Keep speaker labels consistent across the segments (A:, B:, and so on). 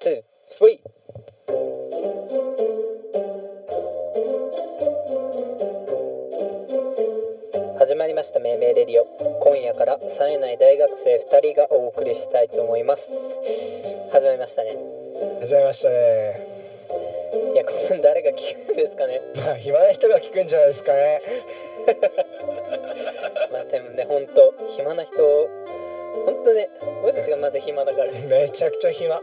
A: two, three. 始まりました命名レディオ今夜から冴えない大学生2人がお送りしたいと思います始まりましたね
B: 始めましたね。
A: いやこんなん誰が聞くんですかね
B: まあ暇な人が聞くんじゃないですかね。
A: まあでもねほんと暇な人ほんとね俺たちがまず暇だから
B: めちゃくちゃ暇。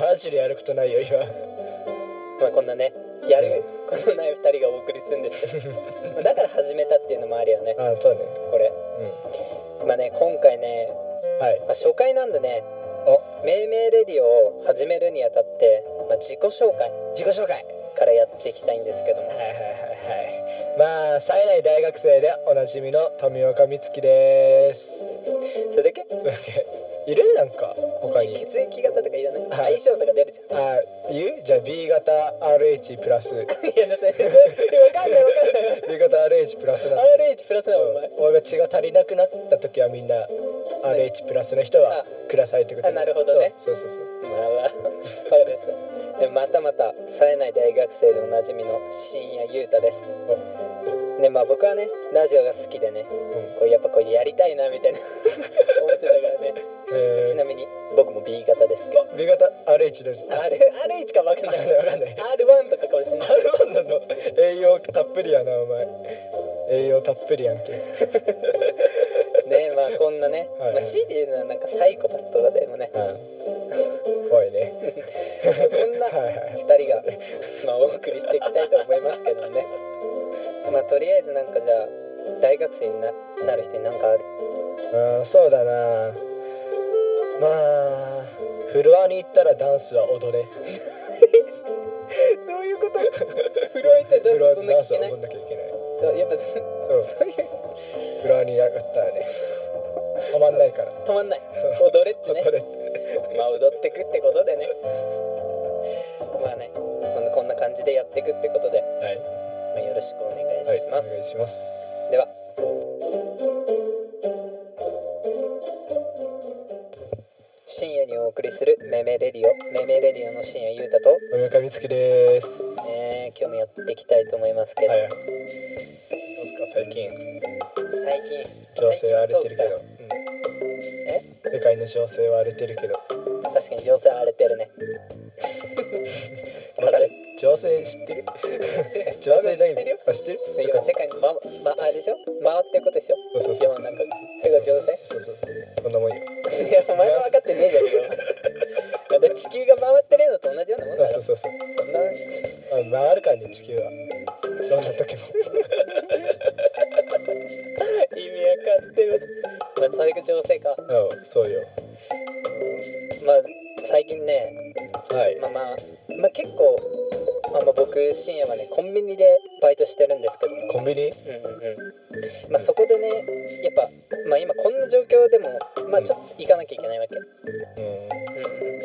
B: マジでやることないよ今。
A: まあこんなねやることのない2人がお送りするんですけどまあだから始めたっていうのもあるよね
B: あそうね。
A: これ
B: うん。
A: まあね今回ね
B: はい。
A: まあ、初回なんでね命名レディオを始めるにあたって、まあ、自己紹介
B: 自己紹介。
A: からやっていきたいんですけども
B: はいはいはいはい。まあ冴えない大学生でおなじみの富岡美月です。
A: それだけ
B: それだけいるなんか他に。
A: 血液型とかいらない
B: はい
A: 相性とか出るじゃん
B: あいるじゃあ B 型 RH プラス。B
A: いやだって分かんない分かんない
B: 型 RH プラスなの。
A: RH プラスなのお前
B: 俺が血が足りなくなった時はみんな RH プラスの人はくださいってこと
A: あなるほどね
B: そうそうそうそう
A: まあまあ分かりましたでまたまた冴えない大学生でおなじみの深夜優太ですねまあ僕はねラジオが好きでねこうやっぱこうやりたいなみたいな思ってたからね
B: え
A: ちなみに僕も B 型ですけど
B: ー、B 型 RH だし
A: R RH か分かん
B: わ
A: な
B: か
A: い
B: んないわかんない
A: R1 とかかもしれない
B: R1 なの 栄養たっぷりやなお前栄養たっぷりやんけ
A: ねまあこんなね、
B: はい
A: まあ、C で言うのはなんかサイコパスとかでもね
B: 怖い ね
A: こんな
B: はいはい
A: 2人が、まあ、お送りしていきたいと思いますけどねまあとりあえずなんかじゃあ大学生にななる人になんかある
B: あーそうだなまあフロアに行ったらダンスは踊れ
A: どういうこと フロア行ったらダンス
B: フロア
A: 踊んな
B: ダン
A: き
B: ス
A: ゃいけない
B: は踊んなきゃいけない
A: やっぱそ
B: そう
A: そういう
B: フロアに上がったらねはまんないから
A: 止ま んない踊れってね
B: 踊れ
A: まあ踊ってくってことでねまあねこんなこんな感じでやってくってことで、
B: はい
A: まあ、よろしくお願い
B: はい
A: し
B: お
A: ます、
B: 願いします
A: では深夜にお送りする「めめレディオ」「めめレディオ」の深夜ゆうたと、
B: 富岡美月です
A: えー今日もやっていきたいと思いますけど、
B: はいどうですか最近
A: 最近
B: 情勢は荒れてるけど、
A: え
B: え世界の情勢は荒れてるけど
A: 確かに情勢荒れてるね
B: わかる情勢知ってる情勢
A: 知ってるよ
B: あ知ってる
A: 要は世界に、まま、あれでしょ回ってることでしょ
B: そうそうそ
A: 世
B: う
A: の中世界情勢
B: そうそうそんなもんよ
A: いやお前は分かってねえじゃんそれだって地球が回ってるのと同じようなもん
B: あ
A: だ
B: そう
A: ろ
B: そうそう
A: そんな
B: あ回るからね地球はどんな時も
A: 意味わかってるまあそういう情勢か
B: うんそうよ
A: まあ最近ね
B: はい
A: まあまあ、まあ、結構、まあ、まあ僕深夜はねコンビニでバイトしてるんですけども、
B: コンビニ
A: うんうんうんまあ、そこでねやっぱ、まあ、今こんな状況でも、まあ、ちょっと行かなきゃいけないわけ、う
B: うん
A: うん、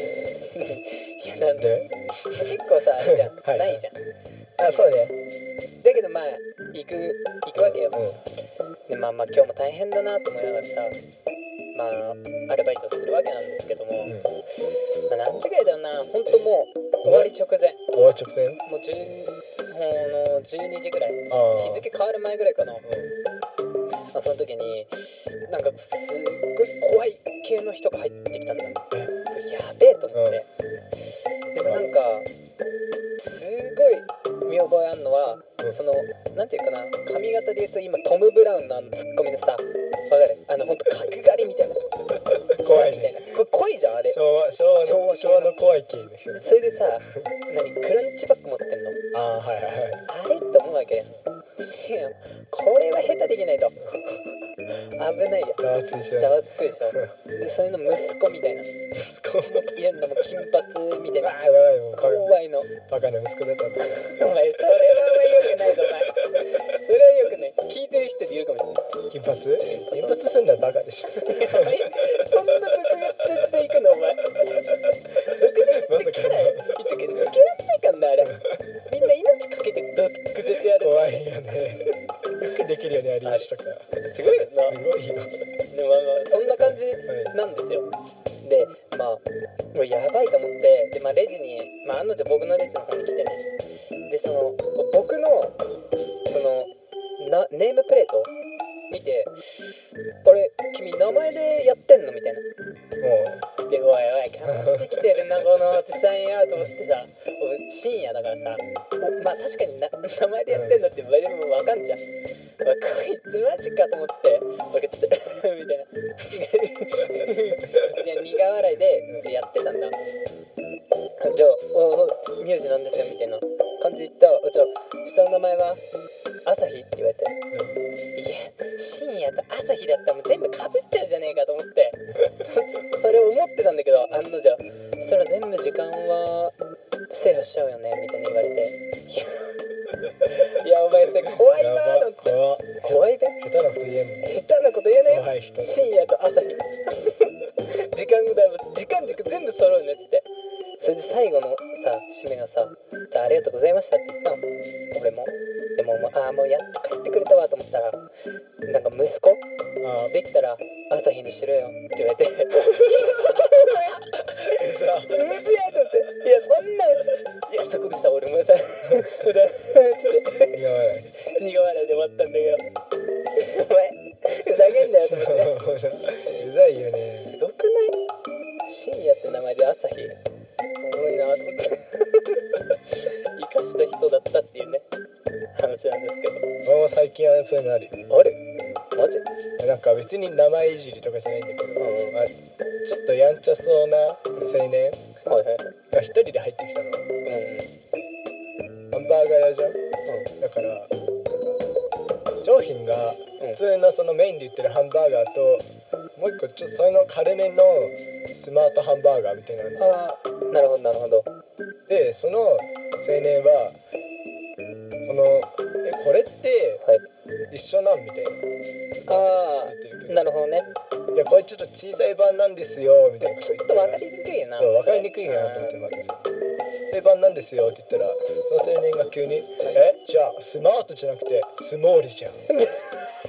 A: いやなんで
B: で
A: 結構さあれじゃん
B: はい
A: ないじゃん
B: あそうね
A: だけどまあ行く行くわけよ
B: うん
A: でまあまあ今日も大変だなと思いながらさまあアルバイトするわけなんですけども、
B: うん
A: まあ、何時ぐらいだろうな本当もう終わり直前
B: 終わり直線
A: もう10その12時ぐらい
B: ああ
A: 日付変わる前ぐらいかな、ま
B: う
A: あ、その時になんかすっごい怖い系の人が入ってきたんだやべえと思って、でもなんかすごい見覚えあんのは、
B: うん
A: そのなんていうかな髪型で言うと今トム・ブラウンのあのツッコミのさわかるあのほんと角刈りみたいな
B: 怖い
A: みたい
B: ね
A: なこれ濃いじゃんあれ
B: 昭和昭和
A: 昭和
B: の昭和の怖い系の人
A: それでさ何クランチバッグ持ってんの
B: ああはいはいはい
A: あれと思うわけよいやこれは下手できないと危ないよ
B: ざわついち
A: ざ
B: ゃう
A: わつくでしょでそれの息子みたいない
B: 息子も
A: やでも金髪みたい
B: わ
A: な
B: あやばいもうバ
A: 怖いのお
B: カバカな息子だったんだ
A: 前それは良くないぞお前それは良くない聞いてる人で言うかもしれない
B: 金髪金髪すんならバカでしょ
A: やばいそんな毒舌で行くのお前 毒舌って嫌い言ったけど受けられないかんなあれみんな命かけて毒舌やる
B: 怖いよねよくできるよね有吉とか
A: すごいよな
B: すごいよ、
A: でもまあまあそんな感じ
B: はい
A: なんですよでまあもうややばいと思ってで、まあ、レジに、まあ、案の定僕のレジの方に来てねでその僕のそのなネームプレート見て「これ君名前でやってんの?」みたいなで、おいおい、キャンしてきてるな、このおじさんやと思ってさ、お深夜だからさ、まあ確かにな名前でやってんだって、でもわかんじゃん。わこいつマジかと思って、俺ちょっと、みたいな。で、苦笑いで、じゃあやってたんだ。じゃあ、おそう、名字なんですよ、みたいな感じで言ったら、おじゃあ下の名前は朝日って言われて、いや、深夜と朝日だったらもう全部かぶっちゃうじゃねえかと思って。 それ思ってたんだけど案の定そしたら全部時間は制覇しちゃうよねみたいに言われていやいやお前それ怖い
B: や
A: なーと
B: ば
A: 思って
B: 怖っ
A: 怖いべ
B: 下手なこと言えんもん
A: 下手なこと言えないよ
B: 怖い人
A: 深夜と朝 日時間だ時間軸全部揃うねっつってそれで最後のさ締めがさ「さあありがとうございました」って言ったの俺もでももうああもうやっと帰ってくれたわと思ったらなんか息子
B: あ
A: できたら朝日にしろよって言われてうやと思って、
B: あ
A: いや、そんな、いや、そこでさ、俺もさ、 うだって、
B: やばい
A: 苦笑いで終わったんだけど、お前、ふざけんなよと思って、
B: うざいよね
A: すごくない深夜って名前で朝日、おもろいなと思って、生かした人だったっていうね、話なんですけ
B: 俺も最近はそういうのあるよ
A: ど、あれマジ
B: なんか別に名前いじりとかじゃないんだけど、
A: うん
B: まあ、ちょっとやんちゃそうな青年
A: はいはい。
B: が一人で入ってきた
A: う
B: の
A: ん
B: ハンバーガー屋じゃん、だからなんか商品が普通のそのメインで売ってるハンバーガーともう一個ちょっとそれの軽めのスマートハンバーガーみたいなの
A: うん、ああ、なるほど、なるほど。
B: でその青年はこの「えこれって
A: はい
B: 一緒なん?」みたいな。
A: あ
B: ついてるけ
A: あ、なるほどね。
B: どいやこれちょっと小さい版なんですよみ
A: ち
B: たい
A: ょ
B: な
A: っと分かりにくいよな。
B: そう分かりにくいなと思ってまず定番なんですよって言ったらその青年が急に「えじゃあスマートじゃなくてスモールじゃん」は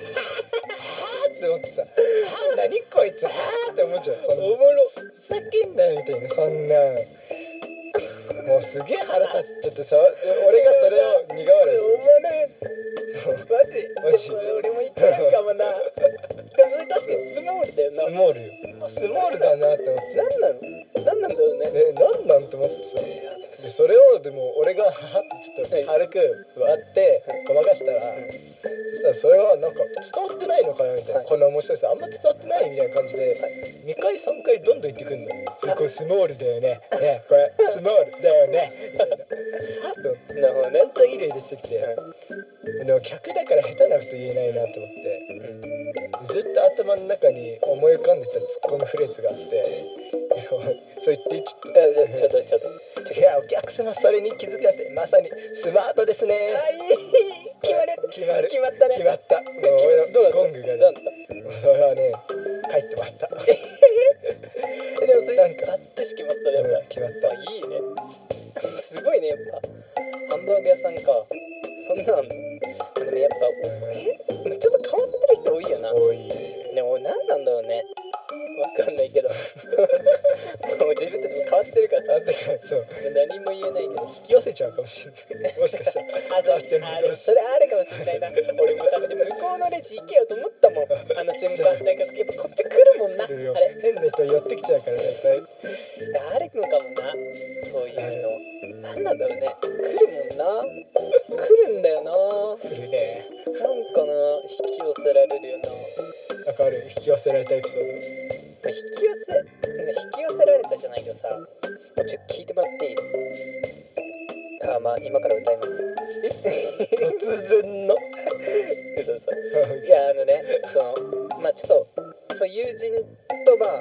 B: あって思ってさ「何こいつはあ」って思っちゃうその
A: おもろ。
B: ふざけんなよみたいなそんなもうすげえ腹立っちゃってさ俺がそれを苦
A: おもろいマ
B: 笑い
A: ジ
B: するマジ
A: それ俺も言ってないかもなでもそれ確かにスモールだよな
B: スモールよスモールだなって思って
A: 何なの何なんだろうね
B: えなんなんって思ってさでそれをでも俺が ははってちょっと軽く割ってごまかしたら、
A: うん
B: そしたらそれはなんか伝わってないのかなみたいな、
A: はい
B: こんな面白さあんま伝わってないみたいな感じで、
A: は
B: 2回3回どんどん言ってくんのそれこれスモールだよねねこれスモールだよねみたいなはっと
A: なるほどね
B: だんだんイライラしてきて、でも客だから下手なこと言えないなと思ってずっと頭の中に思い浮かんでたツッコミフレーズがあって そう言ってちょっと
A: あじゃあちょっとちょっと
B: いやお客様それに気づくなんてまさにスマートですね
A: あいい決まる
B: 決まる
A: 決まったね
B: 決まったもう俺の
A: どうだった
B: ゴングが
A: どう
B: ね
A: だっ
B: それはね帰ってもらった
A: たでもそれ
B: なんか
A: バッチし決まったねやっぱ
B: うん決まっ
A: あいいねすごいねやっぱハンバーグ屋さんかそんなのあんのでもやっぱおえちょっと変わってる人多いよな
B: た多い
A: ね俺何なんだろうねわかんないけど もう自分たちも変わってるからさ
B: あんたからそう
A: 何も言えないけど
B: 引き寄せちゃうかもしれないもしかしたら
A: あ
B: 変わってる
A: あでもそれあるかもしれないな俺もだって向こうのレジ行けよと思ったもんあの瞬間だからやっぱこっち来るもんなあ
B: 来るよ
A: れ
B: 変な人寄ってきちゃうから絶対
A: いやあるのかもなそういうの何なんだろうね来るもんな来るんだよな
B: 来るね
A: なんかな引き寄せられるよな
B: わかる引き寄せられたエピソー
A: 引き寄せ引き寄せられたじゃないけどさちょっと聞いてもらっていいあまあ今から歌います
B: ド突然の
A: 嘘嘘いやあのねそのまあちょっとそう友人とまあ、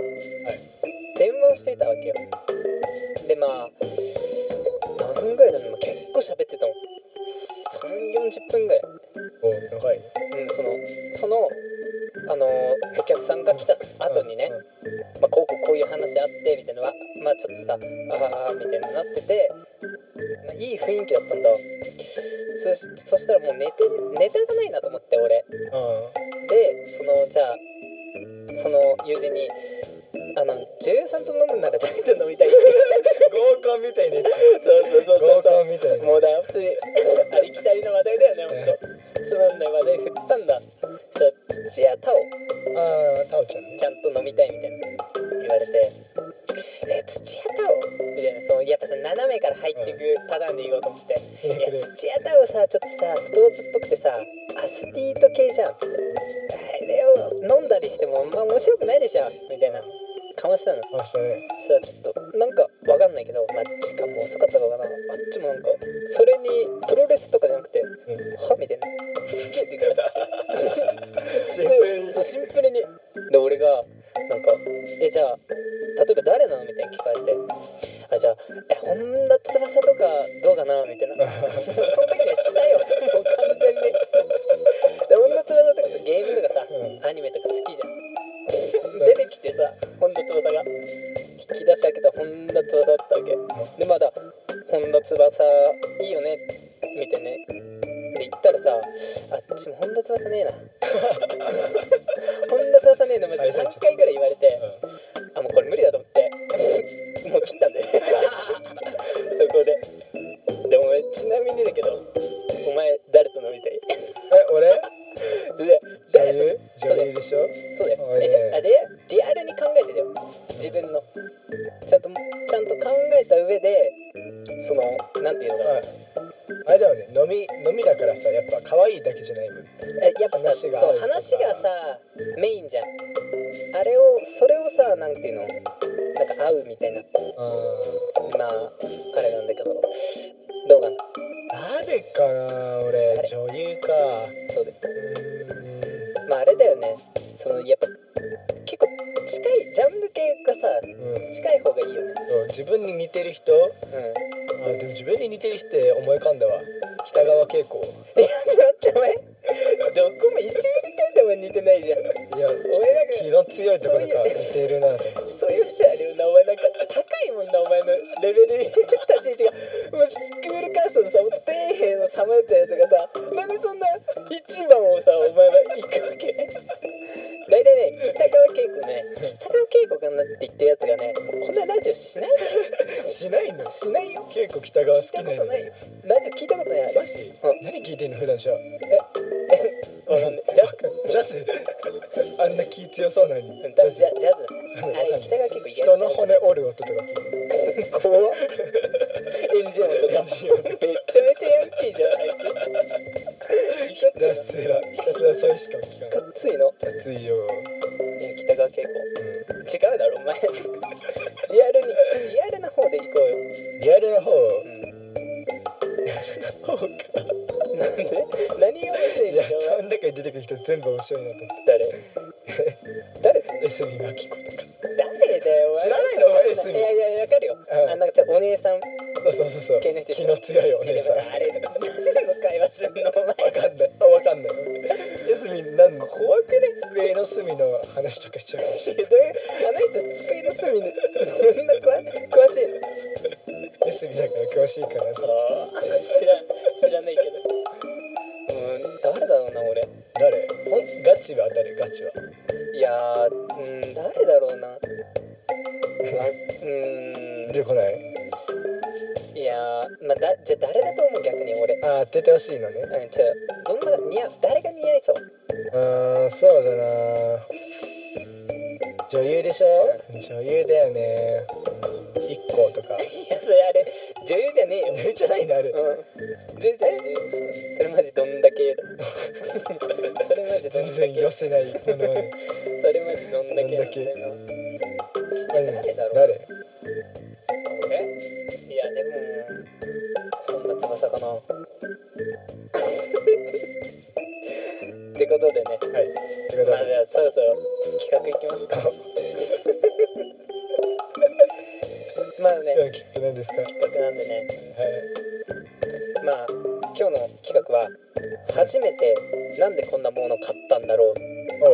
A: 電話をしていたわけよでまあ何分ぐらいだろうまあ結構喋ってたの340分ぐらい
B: おう長いね
A: うんそのそのあのお客さんが来た 後にね
B: うん
A: まあ、こうこうこういう話あってみたいなのはまあちょっとさああみたいになってて、まあ、いい雰囲気だったんだそしそしたらもう寝てネタがないなと思って俺
B: うん
A: でそのじゃあその友人に「あの女優さんと飲むなら誰と飲みたい
B: 合コンみたい
A: そう
B: に
A: そうそうそう
B: 合コンみたいに
A: もうだよ普通にありきたりの話題だよねほんとつまんない話題振ったんだそう土屋太鳳
B: ああタオちゃんね
A: ちゃんと飲みたいみたいな言われて「え土屋太鳳」みたいなそのやっぱさ斜めから入っていくパターンで言おうと思って「
B: ひね
A: いや
B: くれ
A: 土屋太鳳さちょっとさスポーツっぽくてさアスリート系じゃん」あれを飲んだりしても、まあ、面白くないでしょ」みたいなかましたの
B: ましたね
A: そしたらちょっとなんかわかんないけど、まあ、時間も遅かったのかなあっちもなんかそれにプロレスとかじゃなくて「
B: うん
A: は」みたいな。
B: シンプルに
A: そうシンプルにで俺がなんか「えじゃあ例えば誰なの?」みたいに聞かれて「あじゃあえ本田翼とかどうかな?」みたいなその時にはしたよもう完全にで本田翼とかさゲームとかさ
B: う
A: アニメとか好きじゃん出てきてさ本田翼が引き出し開けた本田翼だったわけでまだ「本田翼いいよね」見てねで行ったらさあっちも本田翼ねえな 本田翼ねえなマジで3回ぐらい言われてあもうこれ無理だと思って もう切ったんで そこででもちなみにだけどお前誰と飲みたい
B: え俺
A: で
B: 女
A: 誰と
B: 優
A: そうだ
B: 女
A: よ
B: 優でしょ
A: そうだよ
B: おい
A: えちょあれリアルに考えてだよ自分のちゃんとちゃんと考えた上でそのなんていうのかな
B: はいあれだよね飲み飲みだからさやっぱ可愛いだけじゃないもん
A: えやっぱさ
B: 話が合
A: そうう
B: とか
A: 話がさメインじゃんあれをそれをさなんていうのなんか合うみたいな
B: あ
A: まああれなんだけどどうかな
B: ー誰かな俺女優か
A: そうで
B: う
A: まああれだよねそのやっぱ結構近いジャンル系がさ
B: ーんうん
A: 近い方がいいよね
B: そう自分に似てる人
A: うん
B: あでも自分に似てる人って思い浮かんだわ北川景子
A: いや待ってお前どこも一ミリたりとも似てないじゃん
B: いや
A: 俺なんか
B: 気の強いところ
A: そう
B: が
A: いう
B: 似てるなと思って
A: そういう人やるよなお前なんか高いもんなお前のレベル立ち位置がもうスクールカーストのさもう底辺のさまよったやつがさなんでそんな一番をさお前は行くわけ大体ね北川景子ね北川景子かなって言ってるやつがねもうこんなラジオしない
B: しないの
A: しないよ
B: 景子北川
A: 聞い
B: 好き
A: た
B: な
A: こと
B: の
A: ないよラジオ聞いたことない
B: マジ
A: うん
B: 何聞いてんの普段じゃ
A: わかんないジャズ
B: ジャズあんな気強そうなのに
A: うん多分ジ
B: ジャ
A: ャジャズ
B: ズ
A: あれ北川景子意
B: 人
A: 外
B: の骨折る音とか聞いてる
A: 怖っエンジン音とかめっちゃめちゃヤンキーじゃんあいつ
B: ひたすらひたすらそれしか聞か
A: か
B: ない
A: っついの
B: きついよ、
A: 北川景子違うだろお前リアルにリアルな方で行こうよ、
B: うん、リアルの方
A: うん、
B: 方か
A: なんで何が面白い
B: い
A: ん
B: や
A: だよ
B: この中に出てくる人全部面白いなと思
A: 誰誰
B: ってエスミマキコとか
A: 誰だよお前
B: 知らないのお前別に
A: いやいやわかるよ、
B: うん
A: あなんかちょっとお姉さん
B: そうそうそうそう
A: 系の人
B: 気の強いお
A: で
B: 姉
A: も
B: さん
A: あれ誰の会話するのお前
B: わかんない。あ、わかんない。エスミン、なんの怖くない机の隅の話とかしちゃうかも
A: ど
B: しれ
A: ういうあの人机の隅にそんな詳詳しいの
B: ない。エスミンだから詳しいからさ。
A: 知らん知らないけどうん誰だろうな俺
B: 誰ほんガチは誰ガチは。
A: いやーうん誰だろうなわうん
B: 出てこない
A: いやーまあだじゃあ誰だと思う逆に俺
B: あ、当ててほしいのね。
A: うんちょどんな似合う誰が似合いそう
B: あー、そうだな女優でしょ女優だよね。一個とか。
A: いやそれあれ女優じゃねえよ
B: 女優じゃないのあれ。
A: うん女優じゃねえよそれマジどんだけだそれマジどんだ
B: 全然
A: け
B: 寄せないものまね。
A: それマジどんだけ
B: どんだけ
A: 誰だろう
B: 誰
A: 俺いやでも本田翼かなってことでね
B: ってこ
A: ま
B: と
A: あじ
B: で
A: ゃあそろそろ企画いきますか まあね
B: 今日きっと何ですかはい。
A: 企画なんでねまあ今日の企画は初めてなんでこんなもの買ったんだろう
B: お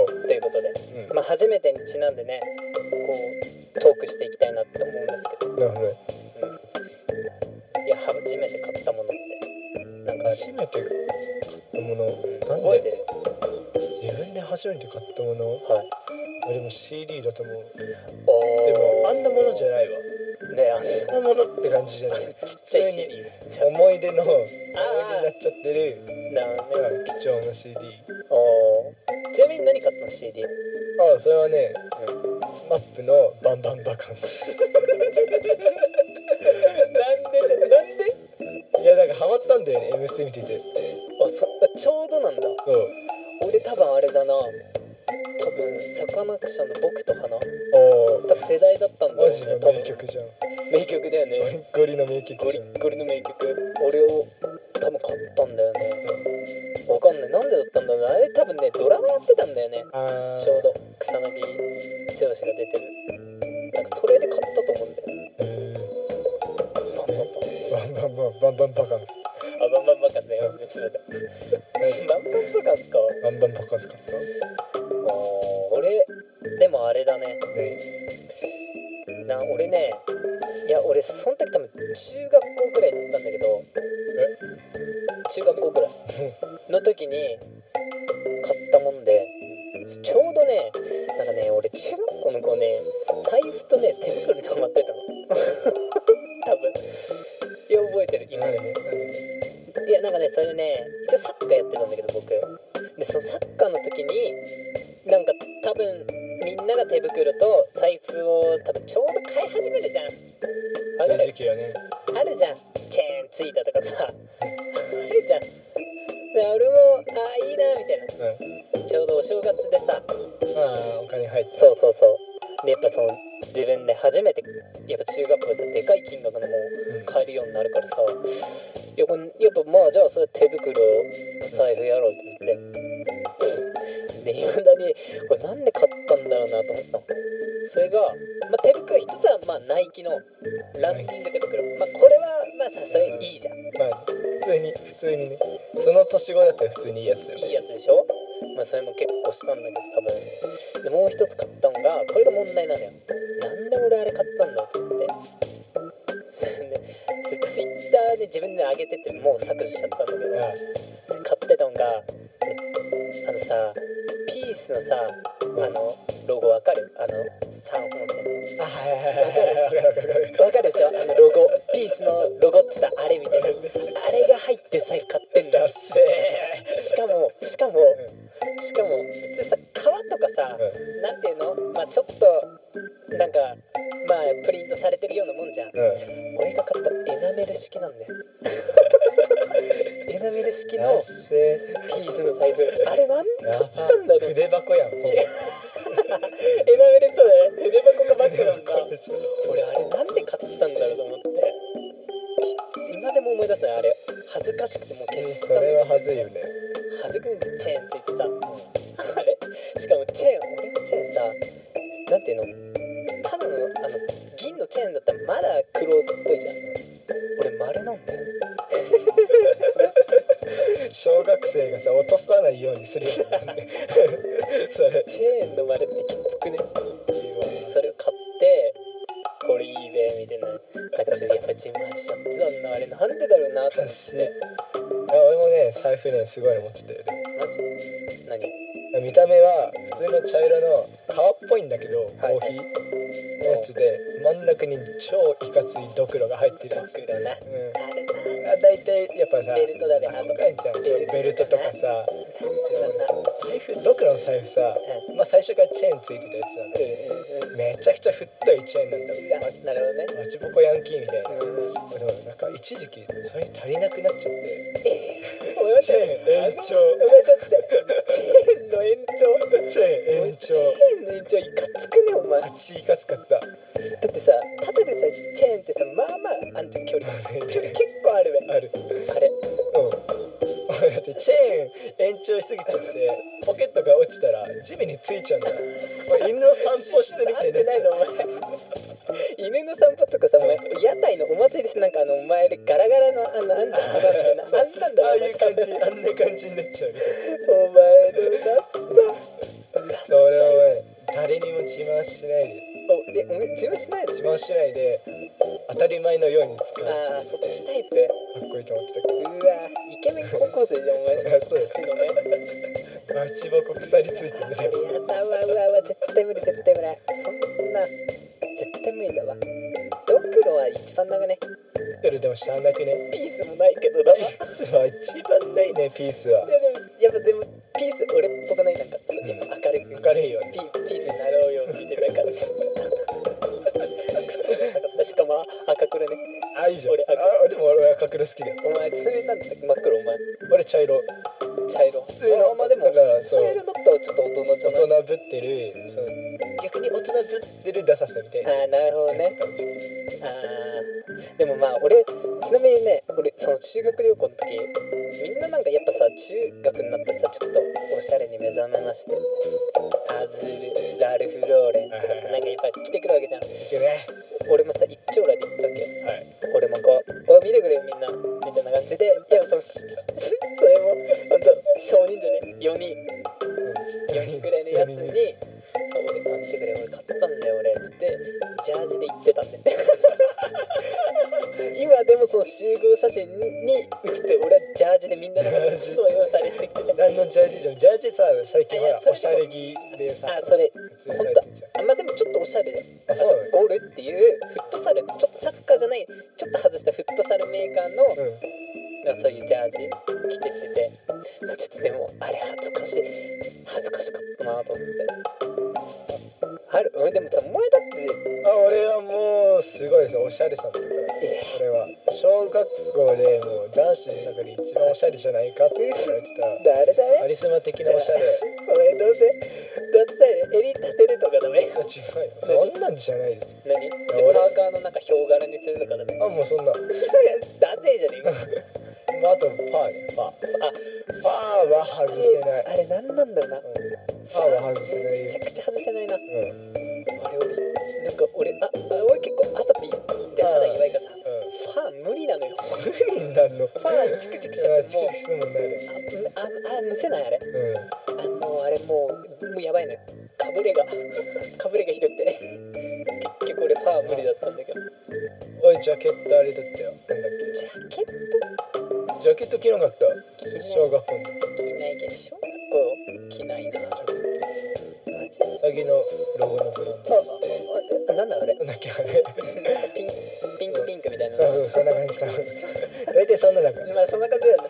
B: う。
A: ということで
B: うん。
A: まあ初めてにちなんでねこうトークしていきたいなって思うんですけど
B: なるほど。
A: いや初めて買ったものってなんかある
B: 初めて買ったもの。なんで
A: 覚えてる
B: 自分で初めて買ったもの
A: はい
B: あでも CD だと思う
A: お
B: でも
A: お
B: あんなものじゃないわ
A: ねあの
B: あんなものって感じじゃない
A: ちっちゃい CD じゃ
B: 思い出の思い出に
A: あ
B: なっちゃってる
A: ーなるほどね
B: 貴重な CD
A: おーちなみに何買ったの CD
B: ああそれはね、マップの「バンバンバカンス」
A: なんでなんで
B: いやなんかハマったんだよね MC 見て
A: あ
B: て
A: そちょうどなんだ
B: そう
A: 俺多分あれだな多分サカナクションの「僕と花」
B: おー
A: 多分世代だったんだ
B: マ
A: よね
B: ジの
A: 多
B: 名
A: 分
B: 曲じゃん
A: 名曲だよね
B: ゴリゴリの名曲
A: ゴ
B: じ
A: リ
B: ゃん
A: ッゴリの名曲俺を多分買ったんだよねわかんないなんでだったんだろうなあれ多分ねドラマやってたんだよね
B: あー
A: ちょうど草薙剛が出てるなんかそれで買ったと思うんだよね
B: え
A: バンバンバ
B: ーバンバンバンバンバンバカンス
A: ンあバンバンバカンだよ別だバンバンバカンか
B: バンバンバカンス買ったね
A: あー俺でもあれだねな俺ねいや俺その時多分中学校ぐらいだったんだけど中学校ぐらい の時に買ったもんでちょうどねなんかね俺中学校の子ね財布とね手袋にハマってたの 多分いや覚えてる今で
B: 今で
A: も
B: ね
A: いやなんかねそれね一応サッカーやってたんだけど僕でそのサッカーの時になんか多分みんなが手袋と財布を多分ちょうど買い始めるじゃんあ
B: あ
A: れ
B: 時期やね
A: あるじゃんチェーンついたとかさあるじゃんで俺もああいいなみたいな
B: うん
A: ちょうどお正月でさ
B: ああお金入って
A: そうそうそうでやっぱその自分で初めてやっぱ中学校でさでかい金額のもの買えるようになるからさいやこれやっぱまあじゃあそれ手袋財布やろうって言ってでいまだにこれなんで買ったんだろうなと思ったのそれが、まあ、手袋一つはまあナイキのランキング手袋、まあ、これはまあさすがにいいじゃん
B: まあ普通に普通にねその年頃だったら普通にいいやつだよ
A: いいやつでしょまあそれも結構したんだけど多分でもう一つ買ったのがこれが問題なのよなんで俺あれ買ったんだと思って それでツイッターで自分で上げててもう削除しちゃったんだけど
B: あ
A: 買ってたのがあのさピースのさあのロゴわかるあの三本線
B: あはいはいはいはいはいわかるわかる
A: わかるでしょあのロゴピースのロゴってさあれみたいなあれが入ってさえ買ってんだ
B: ダッセ
A: しかもしかもしかも普通さ革とかさなんていうのまあちょっとなんかまあプリントされてるようなもんじゃん
B: うん
A: 俺が買ったエナメル式なんだよエナメル式
B: ダ
A: の
B: ッセ
A: ピースの財布あれなんで
B: やば
A: 買ったんだろうエ
B: 筆箱やんほんと
A: ナメルそうだね筆箱かバッグなんか
B: 筆箱でしょ
A: 俺あれなんで買ったんだろうと思って今でも思い出すねあれ恥ずかしくてもう消した
B: そ
A: んだ
B: れ
A: よ
B: ははずいよね
A: 恥ずかしくてチェーンついてたあれしかもチェーン俺のチェーンさなんていうのただのあの銀のチェーンだったらまだクローズっぽいじゃん俺丸なんだよ
B: 小学生がさ落とさないようにするやつなんでそれ
A: チェーンの丸ってきつくねそれを買ってこれいいべみたいななんかちょっとやっぱ自慢しちゃってたんだあれなんでだろうなと思っ
B: 私
A: て
B: 俺もね財布ねすごいの持ってたよね
A: マジ何
B: 見た目は普通の茶色の革っぽいんだけど
A: はい
B: コーヒーのやつで真ん中に超いかついドクロが入ってるや
A: ド
B: つ、
A: クロなあ
B: う、
A: れなん
B: あ大体やっぱさ
A: ベルトだね、ハート
B: 高いじゃんそのベルトとかさ財布ドクロの財布さ、まあ、最初からチェーンついてたやつなんだけどめちゃくちゃ太いチェーンなんだよマジ
A: なるほどね。
B: マチボコヤンキーみたいな、でもなんか一時期それ足りなくなっちゃって
A: 思いまし
B: チ
A: た
B: ェーン
A: ね。
B: 延長
A: ちょっとチェーンの延長。チ
B: チェーン延
A: ェ
B: 長
A: ーンの延長いかつくね、お前。だ
B: あっちいかつかった
A: ってさ、ただでさえチェーンってさ、まあまああんじゃん距離。距離結構あるべ。
B: ある
A: あれ、
B: うん俺だってチェーン延長しすぎちゃってポケットが落ちたら地面についちゃうんだよお前犬の散歩してるみた
A: 合
B: い
A: っ
B: にな
A: て
B: っ
A: な
B: ち
A: いの、お前。
B: ゃう
A: 犬の散歩とかさ、お前、屋台のお祭りでなんかあの、お前でガラガラのあの、あんたのみたいな。あんなんだ
B: あ
A: ろ、
B: あいう感じあんな感じになっちゃうみたい
A: お前のダッ
B: な俺はお前誰にも自慢しないで
A: おでおめ自分しないでし
B: 自
A: ょ
B: 慢しないで当たり前のように使う
A: ああそっちタイプ
B: かっこいいと思ってたけど
A: うわイケメン高校生じゃんお前
B: そう
A: その歌詞のね
B: あちぼこ鎖ついてるね
A: やだわうわうわ絶対無理絶対無理そんな絶対無理だわドクロは一番長ね
B: それでもしゃあなくね
A: ピースもないけどだわいや
B: ピースは一番ないねピースは
A: でもやっぱでもピース俺っぽくないなんかそう
B: うん
A: 今明るく
B: 明るいよね
A: ピピースになろうよみたいな感じクソなかったしかも赤黒ね
B: あいいじゃん
A: 俺
B: あでも俺は隠れ好きだよ
A: お前ちなみになんだったっけ真っ黒お前
B: 俺茶色
A: 茶色
B: 普通
A: あ
B: の
A: まあでも
B: だからそ
A: 茶
B: う
A: 色だったらちょっと大人じ
B: 大
A: ゃない
B: 人ぶってるそう
A: 逆に大人ぶっ
B: 出るダサさみたいな
A: ああなるほどねあーでもまあ俺ちなみにね俺その修学旅行の時みんななんかやっぱさ中学になってさちょっとおしゃれに目覚めましてアズールラルフローレンとかさなんかやっぱ着てくるわけじゃん
B: いけね
A: 俺もさ一丁羅で行ったわけよ
B: はい
A: 俺もこう「おい見てくれよみんな」みたいな感じでいやそのそれもほんと少人数ね4人4人くらいのやつに
B: 4人
A: あ「俺あ見てくれ俺買ったんだよ俺」ってジャージで行ってたんで 今でもその集合写真に写って俺はジャージでみんなの
B: ジャージ
A: ことを用されしてきて て
B: 何のジャージでもジャージさ最近ほ
A: あいや
B: ら
A: それでも
B: おしゃれ着でさ
A: あそれ
B: 普通にされてんじゃん
A: あまあでもちょっとおしゃれで
B: あそうなの
A: ゴールっていうフットサルちょっとサッカーじゃないちょっと外したフットサルメーカーの
B: うん
A: なんかそういうジャージ着てきててまあちょっとでもあれ恥ずかしい恥ずかしかったなと思ってあるうんでもさお前だって
B: あ俺はもうすごいですおしゃれさんだから
A: え
B: 俺は小学校でもう男子の中で一番おしゃれじゃないかって言われてた
A: 誰だよ
B: カリスマ的なおしゃれ
A: お前どうせだってさ襟立てるとかダメ
B: 違うよそんなんじゃないですよ
A: 何じゃ
B: 俺
A: あパーカーのなんかヒョウ柄にするとかダメ
B: あもうそんな
A: ダセえじゃねえか
B: まあ、あとパーねパーパーは外せない、
A: あれなんなんだろうな
B: うん、パーは外せない
A: め
B: よ
A: ちゃくちゃ外せないな
B: うんうん
A: あれ俺なんか俺ああ俺結構アトピーって肌弱いからさファー無理なのよ
B: 何なの
A: ファーチクチクしちゃ
B: あ
A: って
B: チ
A: もう
B: クチクするもんね
A: あああむせないあれ
B: あれうん
A: あもうあれもうもうやばいのよかぶれがかぶれがひどくて結局俺ファー無理だったんだけど
B: おいジャケットあれだったよなんだっ
A: ジャケット
B: けジャケット着なかった
A: 着ない
B: 小学校の時
A: 着ないけど小学校着ないなマジで
B: うさぎのロゴのブラン
A: あああなんだあれ
B: ドなんだっけあれ
A: ピンピンクピンクみたいな
B: そうそうそんな感じだ大体そんなだから
A: まあそんな感じだよね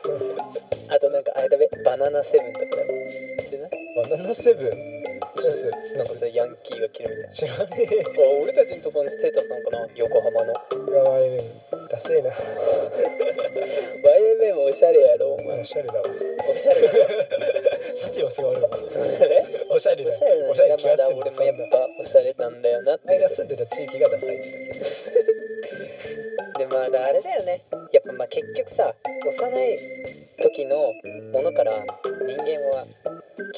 A: あとなんかあれだべバナナセブンとかだよ知らない
B: バナナセブン
A: 知らない
B: そう
A: なんかさヤンキーが着るみたいな
B: 知らねえ
A: あ俺たちのところのステータスなのかな横浜の
B: かわいいダセえな
A: YMM おしゃれやろお前
B: おしゃれだわ
A: おしゃれだろ
B: サチはすごいあるわ
A: ね
B: おしゃれ
A: お
B: だ
A: しゃれ
B: よおしゃ
A: な
B: れ
A: んだ
B: 気
A: ま
B: 合って
A: だ
B: る
A: 俺
B: そ
A: もや
B: ん
A: っ
B: な
A: ぱおしゃれなんだよなって
B: 前が住んでた地域がダサいってだけ
A: でまだあれだよねやっぱまあ結局さ幼い時のものから人間は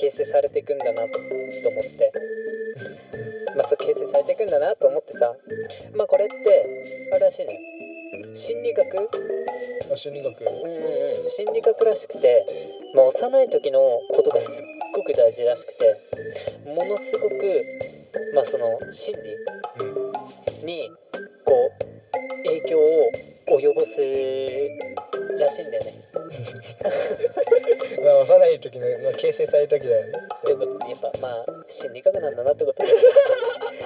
A: 形成されていくんだなと思ってまあそう形成されていくんだなと思ってさまあこれってあれらしいね心理学
B: あ心理学
A: うんうんうん心理学らしくて、まあ、幼い時のことがすっごく大事らしくてものすごく、まあ、その心理にこう影響を及ぼすらしいんだよね。
B: まあ幼い時の、まあ、形成された時だよね
A: ということでやっぱまあ心理学なんだなって ことで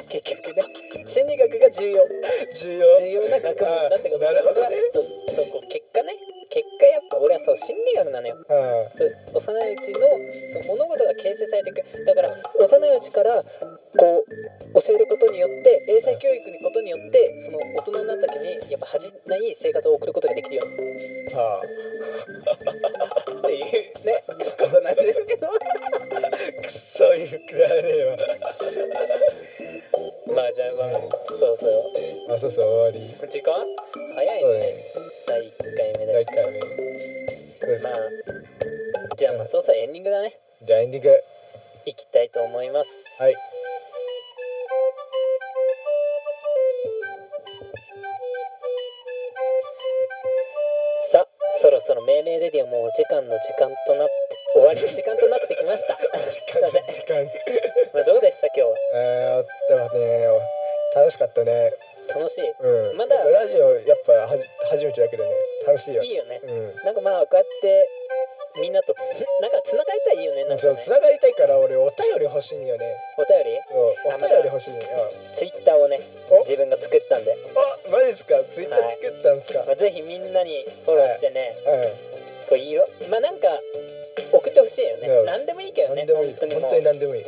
A: 結局ね心理学が重要
B: 重要
A: 重要な学問だってこと
B: あなるほどね
A: そうそうこう結果ね結果やっぱ俺はそう心理学なのよ。
B: あ
A: そう幼いうちのそう物事が形成されていくだから幼いうちからこう教えることによって英才教育のことによってその大人になった時にやっぱ恥じない生活を送ることができるよっ
B: ああ
A: ていうねことなんですけど
B: あくそういうくだらねえわ
A: まあじゃあまあそうそう
B: あそうそう終わり
A: 時間早い
B: そう
A: ね
B: ね
A: 第1回目です
B: 第一
A: か
B: 回目そうです
A: まあじゃあまあそうそうエンディングだね
B: じゃあエンディング
A: いきたいと思います
B: はい
A: さあそろそろ命名レディオもお時間の時間となって終わりの時間となってきました
B: 時間時間
A: まあどうでした今日は
B: えー、あったね楽しかったね
A: 楽しい
B: うん
A: まだ
B: ラジオやっぱはじ初めてだけどね楽しいよ
A: いいよね
B: うん
A: なんかまあこうやってみんなとつなんか繋がりたいよねなんか
B: そ
A: ね
B: う繋がりたいから俺お便り欲しいんよね
A: お便り
B: そうお便り欲しいんよ
A: ツイッターをね
B: お
A: 自分が作ったんで、
B: あマジっすかツイッター作ったんすか、
A: まあ、ぜひみんなにフォローしてね、
B: う
A: こういろまあなんか送ってほしいよね、
B: うん
A: なん、何でもいいけど
B: ん
A: ね
B: 何でもいい
A: 本当
B: 本
A: にも
B: 当
A: う
B: に何でもいい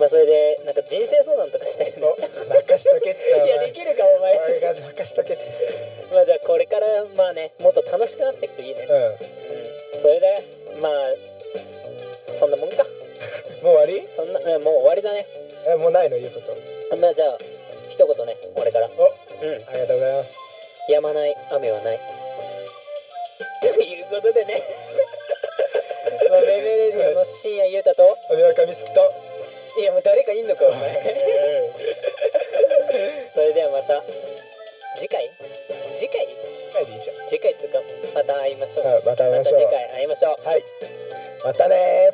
A: まあそれでなんか人生相談とかしたいね
B: お任しとけって お
A: いや
B: 前
A: できるかお前
B: お前が任しとけって
A: まあじゃあこれからまあねもっと楽しくなっていくといいね、
B: う
A: うん、それでまあそんなもんか
B: んもう終わり
A: そんなうんもう終わりだね
B: えもうないの言うこと
A: まあじゃあ一言ね俺から
B: お
A: うん
B: ありがとうございます
A: 止まない雨はない ということでねまあメメレディオの深夜優太と
B: 村上好きと
A: いやもう誰かいんのか お前それではまた次回次回
B: 帰っていいじゃん
A: 次回つうかまた会いましょう
B: はいまた会い
A: ま
B: ま
A: た
B: し
A: 次
B: ょう
A: 回会いましょう
B: はいまたね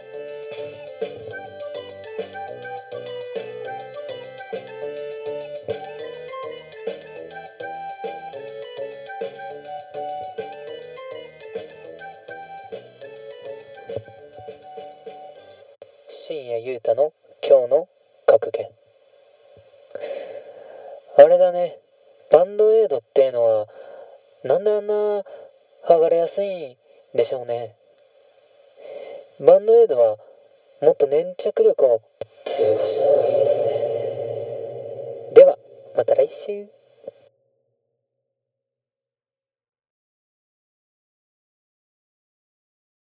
B: ー
A: 深夜ゆうたの今日の格言あれだねバンドエイドってのはなんであんな剥がれやすいんでしょうねバンドエイドはもっと粘着力を強くした方がいいですねではまた来週